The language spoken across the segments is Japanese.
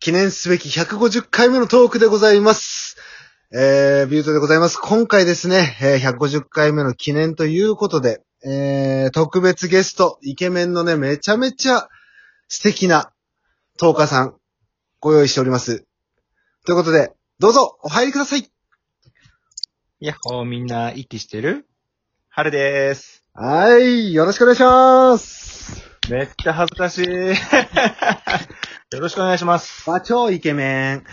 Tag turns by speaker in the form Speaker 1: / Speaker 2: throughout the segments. Speaker 1: 記念すべき150回目のトークでございます。えー、ビュートでございます。今回ですね、えー150回目の記念ということで、えー、特別ゲスト、イケメンのね、めちゃめちゃ素敵なトーカーさん、ご用意しております。ということで、どうぞ、お入りください。
Speaker 2: やっほー、みんな、息してる春でーす。
Speaker 1: はい、よろしくお願いします。
Speaker 2: めっちゃ恥ずかしい。 よろしくお願いします。
Speaker 1: まあ、超イケメン。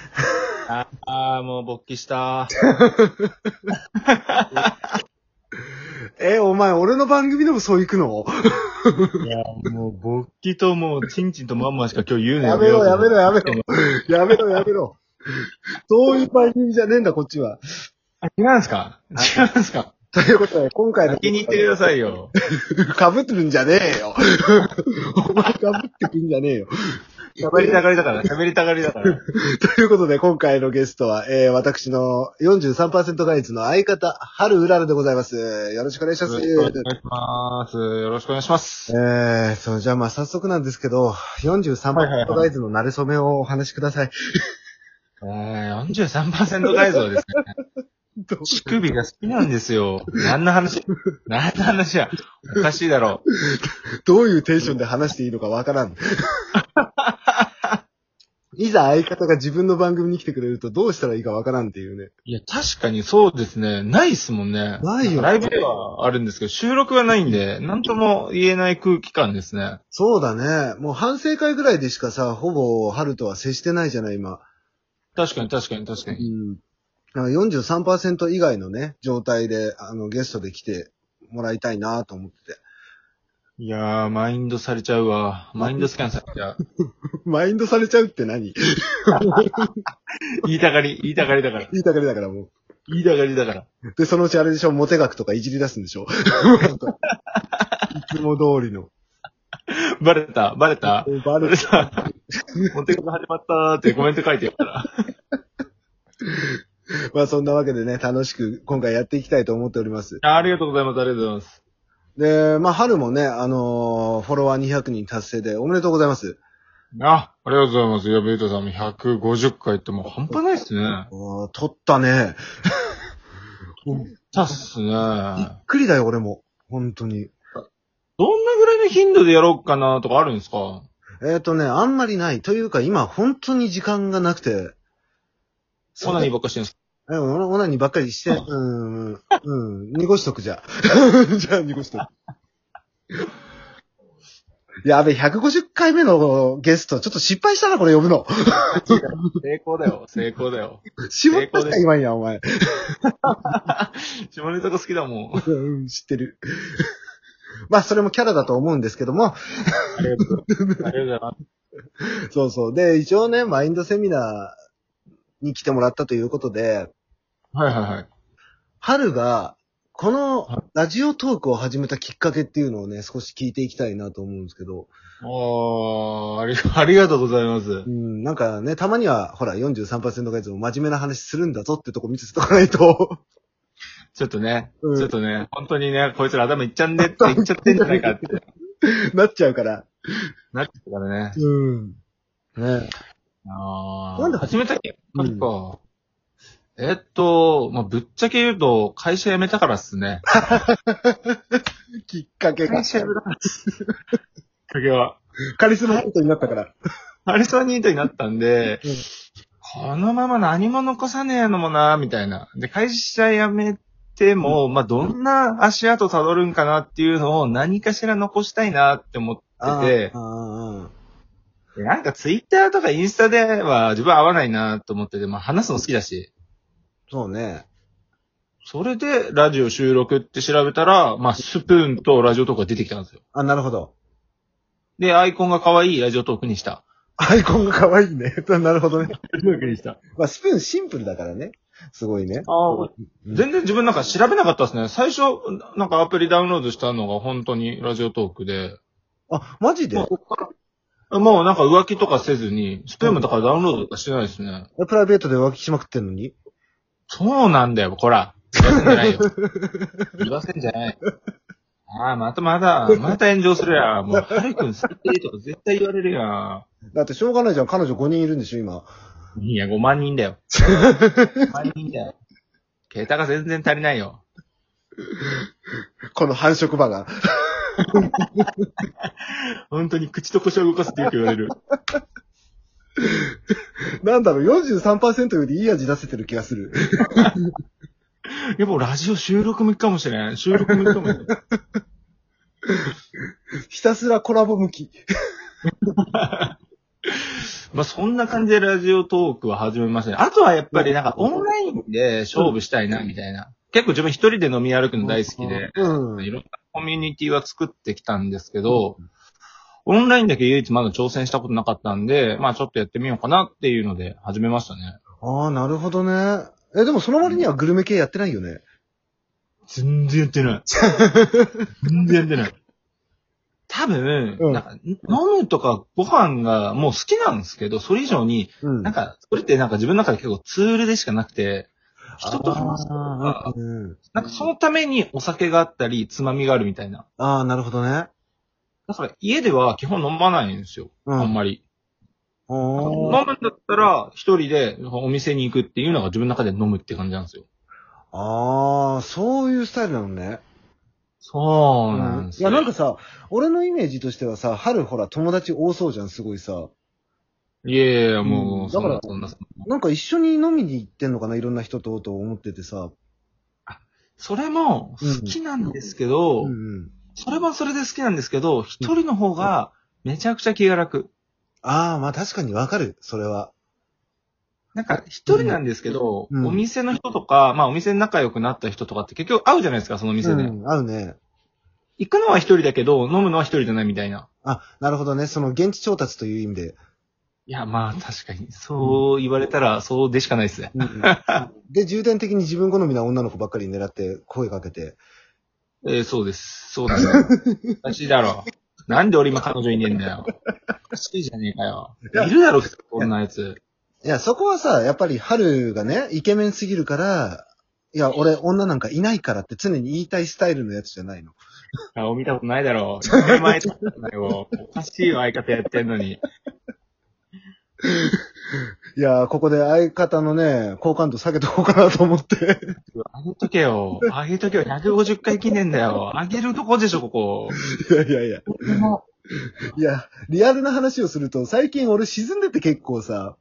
Speaker 2: ああー、もう勃起した。
Speaker 1: え、お前、俺の番組でもそう行くの
Speaker 2: いや、もう勃起ともう、チンチンとマンマンしか今日言うの
Speaker 1: やめろ、やめろ、やめ
Speaker 2: と
Speaker 1: ろ。やめろ、やめろ。そういう番組じゃねえんだ、こっちは。
Speaker 2: 違うんすか違うんすか
Speaker 1: ということで、今回の。
Speaker 2: 気に入ってくださいよ。
Speaker 1: かぶってるんじゃねえよ。お前かぶってくんじゃねえよ。
Speaker 2: 喋りたがりだから、喋りたがりだから。
Speaker 1: ということで、今回のゲストは、えー、私の43%ガイズの相方、春うららでございます。よろしくお願いします。
Speaker 2: よろしくお願いします。よろしくお願いします。
Speaker 1: えー、そう、じゃあまあ早速なんですけど、
Speaker 2: はいはい
Speaker 1: 43%
Speaker 2: は
Speaker 1: ガイズの慣れ初めをお話しください。
Speaker 2: えー、43%改造ですね。乳首が好きなんですよ。何の話何の話や。おかしいだろう。
Speaker 1: どういうテンションで話していいのかわからん。 いざ相方が自分の番組に来てくれるとどうしたらいいかわからんっていうね。
Speaker 2: いや、確かにそうですね。ないっすもんね。
Speaker 1: ないよ
Speaker 2: ライブではあるんですけど、収録がないんで、なんとも言えない空気感ですね。
Speaker 1: そうだね。もう反省会ぐらいでしかさ、ほぼ春とは接してないじゃない、今。
Speaker 2: 確かに確かに確か
Speaker 1: う
Speaker 2: に。
Speaker 1: ん。だから43%以外のね、状態で、あの、ゲストで来てもらいたいなと思ってて。
Speaker 2: いやー、マインドされちゃうわ。マインドスキャンされちゃう。
Speaker 1: マインドされちゃうって何
Speaker 2: 言いたがり、言いたがりだから。
Speaker 1: 言いたがりだからも
Speaker 2: 言いたがりだから。
Speaker 1: う。で、そのうちあれでしょ、モテ学とか いじり出すんでしょいつも通りの。
Speaker 2: バレた、バレた。
Speaker 1: バ
Speaker 2: バ
Speaker 1: レ
Speaker 2: レた。モテこと始まったーってコメント書いてやったら。
Speaker 1: まあそんなわけでね、楽しく今回やっていきたいと思っております。
Speaker 2: あありがとうございます、ありがとうございます。
Speaker 1: で、まあ春もね、あのーフォロワー200人達成でおめでとうございます。
Speaker 2: あ、ありがとうございます。いや、ベータさんも150回ってもう半端ないっすね。
Speaker 1: あー取ったね。
Speaker 2: たっすね。どん
Speaker 1: びっ
Speaker 2: な
Speaker 1: くりだよ、俺も。本当に。
Speaker 2: ぐらいの頻度でやろうかなとかあるんですか
Speaker 1: えっ、とね、あんまりない。というか、今、本当に時間がなくて。
Speaker 2: そんなにばっかしてるんですか
Speaker 1: えオナオナニーばっかりして、うん、うんうん、濁しとくじゃ あ。じゃあ、濁しとく。やべ、150回目のゲスト、ちょっと失敗したな、これ呼ぶの。
Speaker 2: 成功だよ、成功だよ。
Speaker 1: 絞ったしか言わんやん、お前。
Speaker 2: 下ネタが好きだもん。あ
Speaker 1: うん、知ってる。 まあ、それもキャラだと思うんですけども、
Speaker 2: りがとうございます。ありがとうございます。
Speaker 1: そうそう。で、一応ね、マインドセミナーに来てもらったということで、
Speaker 2: はいはいはい。
Speaker 1: 春が、こ
Speaker 2: は
Speaker 1: のラジオトークを始めたきっかけっていうのをね、少し聞いていきたいなと思うんですけど、
Speaker 2: あーあり、 ありがとうございます
Speaker 1: う。ん、なんかね、たまには、ほら、43%がいつも真面目な話するんだぞってとこ見せとかないと、
Speaker 2: ちょっとね、
Speaker 1: うん
Speaker 2: ちょっとね、本当にね、こいつら頭いっちゃんでって言っちゃってんじゃないかって
Speaker 1: なっちゃうから。
Speaker 2: なってたからね。
Speaker 1: うん。ね。
Speaker 2: ああ。
Speaker 1: なんで
Speaker 2: 始めたっけ
Speaker 1: う
Speaker 2: なんんか。えっと、まあ、ぶっちゃけ言うと、会社辞めたからっすね。
Speaker 1: きっかけが。
Speaker 2: 辞めたからっ す。きっかけは。
Speaker 1: カリスマことになったから。
Speaker 2: アリソンニートになったんで、
Speaker 1: うん
Speaker 2: このまま何も残さねえのもな、みたいな。で、会社辞めても、まあ、どんな足跡辿るんかなっていうのを何かしら残したいなって思ってて、
Speaker 1: ああ、
Speaker 2: でなんかツイッターとかインスタでは自分は合わないなと思ってて、まあ、話すの好きだし。
Speaker 1: そうね。
Speaker 2: それで、ラジオ収録って調べたら、まあ、スプーンとラジオトークが出てきたんですよ。
Speaker 1: あ、なるほど。
Speaker 2: で、アイコンが可愛いラジオトークにした。
Speaker 1: アイコンが可愛いね。 なるほどね。
Speaker 2: ラジオトークにした。
Speaker 1: まあ、スプーンシンプルだからね。すごいね。
Speaker 2: ああ、全然自分なんか調べなかったですね。最初、なんかアプリダウンロードしたのが本当にラジオトークで。
Speaker 1: あ、マジで
Speaker 2: もうこっからもうなんか浮気とかせずに、スプーンもだからダウンロードとかしてないですね。
Speaker 1: プライベートで浮気しまくってんのに
Speaker 2: そうなんだよ、こら。言わせんじゃない よ。言わせんじゃない。ああ、またまだ、また炎上するや。もう、はるくん最低とか絶対言われるや。
Speaker 1: だってしょうがないじゃん。彼女5人いるんでしょ、今。
Speaker 2: いや、5万人だよ。5万人 だよ。桁が全然足りないよ。
Speaker 1: この繁殖場が。
Speaker 2: 本当に口と腰を動かすってよく言われる。
Speaker 1: なんだろう、43%よりいい味出せてる気がする。
Speaker 2: やっぱラジオ収録向きかもしれん。収録向きかもしれん。
Speaker 1: ひたすらコラボ向き。
Speaker 2: まあそんな感じでラジオトークは始めましたね。あとはやっぱりなんかオンラインで勝負したいなみたいな。結構自分一人で飲み歩くの大好きで、
Speaker 1: うん。
Speaker 2: いろんなコミュニティは作ってきたんですけど、オンラインだけ唯一まだ挑戦したことなかったんで、まあちょっとやってみようかなっていうので始めましたね。
Speaker 1: ああ、なるほどね。え、でもその割にはグルメ系やってないよね。
Speaker 2: 全然やって ない。全然やってない。多分、
Speaker 1: うん
Speaker 2: なんか飲むとかご飯がもう好きなんですけど、それ以上に、
Speaker 1: うん
Speaker 2: なんか、それってなんか自分の中で結構ツールでしかなくて、人と話すと
Speaker 1: あ
Speaker 2: か
Speaker 1: ー、うん
Speaker 2: なんかそのためにお酒があったり、つまみがあるみたいな。
Speaker 1: あー、なるほどね。
Speaker 2: だから家では基本飲まないんですよ。
Speaker 1: うん
Speaker 2: あんまり。
Speaker 1: おー
Speaker 2: 飲むんだったら、一人でお店に行くっていうのが自分の中で飲むって感じなんですよ。
Speaker 1: ああ、そういうスタイルなのね。
Speaker 2: そうなんです
Speaker 1: い
Speaker 2: よ。
Speaker 1: や、なんかさ、俺のイメージとしてはさ、春ほら友達多そうじゃん、すごいさ。
Speaker 2: いやいやいや、もう、
Speaker 1: うん
Speaker 2: そんな
Speaker 1: だから
Speaker 2: そんな、そんな
Speaker 1: なんか一緒に飲みに行ってんのかな、いろんな人と、と思っててさ。
Speaker 2: それも好きなんですけど、
Speaker 1: うんうん。
Speaker 2: それはそれで好きなんですけど、一人の方がめちゃくちゃ気が楽。
Speaker 1: ああ、まあ確かにわかる、それは。
Speaker 2: なんか一人なんですけど、
Speaker 1: うん
Speaker 2: お店の人とか、まあお店で仲良くなった人とかって結局会うじゃないですか、その店で。
Speaker 1: うん、合うね。
Speaker 2: 行くのは一人だけど、飲むのは一人じゃないみたいな。
Speaker 1: あ、なるほどね。その現地調達という意味で。
Speaker 2: いや、まあ確かに、そう言われたら、そうでしかないですね。
Speaker 1: で、重点的に自分好みな女の子ばっかり狙って声かけて。
Speaker 2: えーそうです。そ うなんだよ。おかしいだろ。なんで俺今彼女いねえんだよ。おかしいじゃねえかよ。いるだろ、こんなやつ。
Speaker 1: いや、そこはさ、やっぱり春がね、イケメンすぎるから、いや、俺女なんかいないからって常に言いたいスタイルのやつじゃないの。
Speaker 2: 顔見たことないだろう。一年前とかだよ。おかしいよ、相方やってんのに。
Speaker 1: いや、ここで相方のね、好感度下げとこうかなと思って。
Speaker 2: あげとけよ。あげとけよ。150回記念だよ。あげるとこでしょ、ここ。
Speaker 1: いやいやいや。いや、リアルな話をすると、最近俺沈んでて結構さ、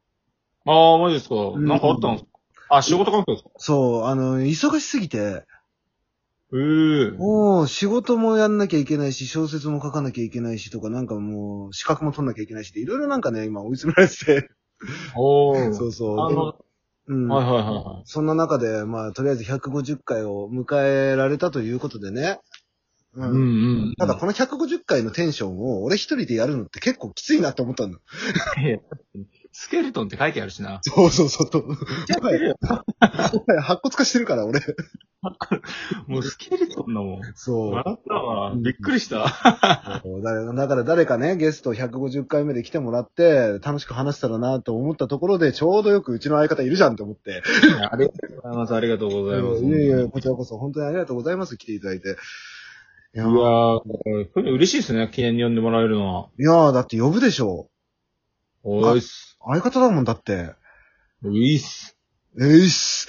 Speaker 2: ああ、マジですか。
Speaker 1: ん
Speaker 2: なんかあったんですかあ、仕事関係ですか
Speaker 1: そう、あの、忙しすぎて、
Speaker 2: うー。
Speaker 1: もう仕事もやんなきゃいけないし、小説も書かなきゃいけないしとか、なんかもう資格も取んなきゃいけないしで、いろいろなんかね、今追い詰められて
Speaker 2: お
Speaker 1: て。そ
Speaker 2: ー。
Speaker 1: うそ
Speaker 2: あ
Speaker 1: う。
Speaker 2: の、
Speaker 1: うん。
Speaker 2: はいはいはいはい。
Speaker 1: そんな中で、まあ、とりあえず150回を迎えられたということでね。う
Speaker 2: うんうん。
Speaker 1: ただ、この150回のテンションを俺一人でやるのって結構きついなって思ったんだ。
Speaker 2: いやスケルトンって書いてあるしな。
Speaker 1: そうそうそう。ともはや、もはや白骨化してるから、俺。
Speaker 2: もうスケルトンだもん。
Speaker 1: そう。
Speaker 2: 笑ったわ。びっくり した。
Speaker 1: そうだからだから誰かね、ゲスト150回目で来てもらって、楽しく話したらなと思ったところで、ちょうどよくうちの相方いるじゃんと思って。
Speaker 2: ありがとうございます。ありがとうご
Speaker 1: い
Speaker 2: ざいます。
Speaker 1: やいや、こちらこそ本当にありがとうございます、来ていただいて。いや
Speaker 2: いやー、これ嬉しいですね。記念に呼んでもらえるのは。
Speaker 1: いやだって呼ぶでしょ。
Speaker 2: おいっす。
Speaker 1: 相方だもんだって。
Speaker 2: ういっす。
Speaker 1: えいっす。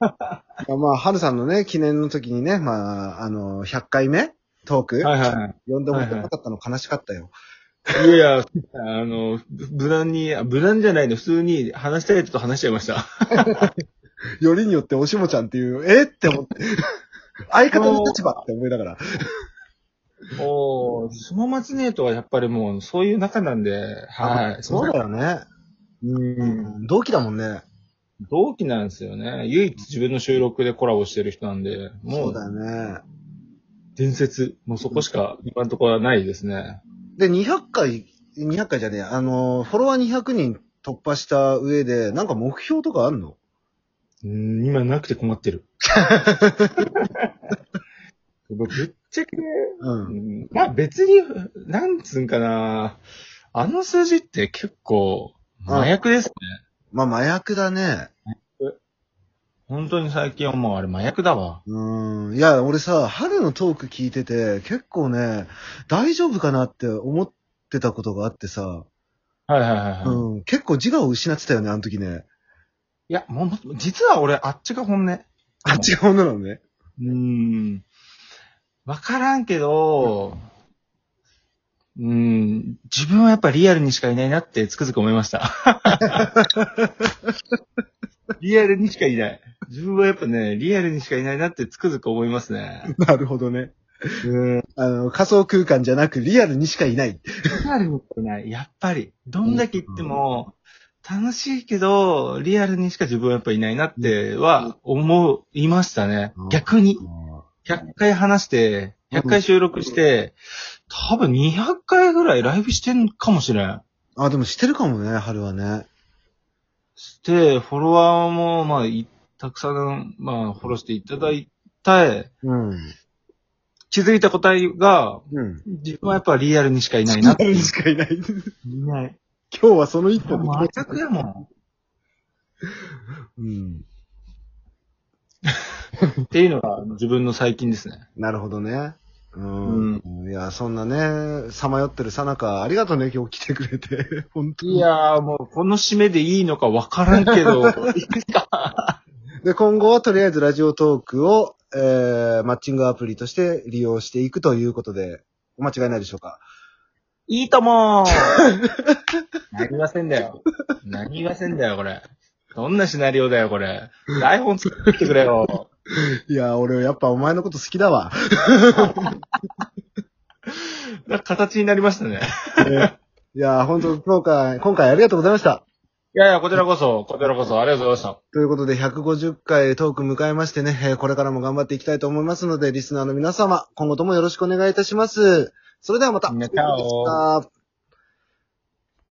Speaker 1: いやまあ、春さんのね、記念の時にね、まあ、あの、100回目トーク、
Speaker 2: はいは
Speaker 1: 呼んでもらってなかったの悲しかったよ。
Speaker 2: い。いやいや、あの、無難に、あ無難じゃないの。普通に話したいやつと話しちゃいました。
Speaker 1: よりによっておしもちゃんっていう、えって思 って。相方の立場って思いながら。
Speaker 2: おー、下松姉とはやっぱりもう、そういう仲なんで、はい。
Speaker 1: そうだよね。うん。同期だもんね。
Speaker 2: 同期なんですよね。唯一自分の収録でコラボしてる人なんで、
Speaker 1: そ
Speaker 2: も
Speaker 1: うだ
Speaker 2: う、
Speaker 1: よね。
Speaker 2: 伝説、もうそこしか今のところはないですね。
Speaker 1: で、200回、200回じゃねえ、あの、フォロワー200人突破した上で、なんか目標とかあるの
Speaker 2: うーん、今なくて困って る。ぶっちゃけ、
Speaker 1: う。
Speaker 2: うんんまあ別に、なんつうんかな、あの数字って結構、麻薬ですね。
Speaker 1: まあ、麻薬だね。
Speaker 2: 本当に最近はもうあれ麻薬だわ。
Speaker 1: うん。いや、俺さ、春のトーク聞いてて、結構ね、大丈夫かなって思ってたことがあってさ、
Speaker 2: はいはいはいはい。い
Speaker 1: うん。結構自我を失ってたよね、あの時ね。
Speaker 2: や、もう、もう実は俺、あっちが本音。
Speaker 1: あっちが女なのね。
Speaker 2: うーん。わからんけど、うーん、自分はやっぱリアルにしかいないなってつくづく思いま した。リアルにしかいない。自分はやっぱね、リアルにしかいないなってつくづく思いますね。
Speaker 1: なるほどね。あの、仮想空間じゃなくリアルにしかいない。
Speaker 2: リアルにしかいない。やっぱり。どんだけ言っても、楽しいけど、リアルにしか自分はやっぱいないなっては思いましたね
Speaker 1: うん。
Speaker 2: 逆に。100回話して、100回収録して、多分200回ぐらいライブしてんかもしれん。
Speaker 1: あ、でもしてるかもね、春はね。
Speaker 2: して、フォロワーも、まあ、いたくさん、まあ、フォローしていただいて、
Speaker 1: うん。
Speaker 2: 気づいた答えが、
Speaker 1: うん。
Speaker 2: 自分はやっぱリアルにしかいないなって。
Speaker 1: リアルにしかい ない。
Speaker 2: いない。
Speaker 1: 今日はその一歩
Speaker 2: もう全くやもん。
Speaker 1: うん。
Speaker 2: っていうのが自分の最近ですね。
Speaker 1: なるほどね。うん。いや、そんなね、さまよってるさなか、ありがとうね、今日来てくれて。 本当に
Speaker 2: いやーもう、この締めでいいのかわからんけど、いいですか
Speaker 1: で、今後はとりあえずラジオトークを、えー、マッチングアプリとして利用していくということで、お間違いないでしょうか。
Speaker 2: いいともー 何がせんだよ。何がせんだよ、これ。どんなシナリオだよ、これ。台本作ってくれ よ。
Speaker 1: いや、俺、やっぱお前のこと好きだわ。
Speaker 2: なんか形になりましたね。
Speaker 1: ねいや、本当今回、今回ありがとうございました。
Speaker 2: いやいや、こちらこそ、こちらこそ、ありがとうございまし
Speaker 1: ということで、150回トーク迎えましてね、えーこれからも頑張っていきたいと思いますので、リスナーの皆様、今後ともよろしくお願いいたします。それではまた。
Speaker 2: みんなチャオ
Speaker 1: さようなら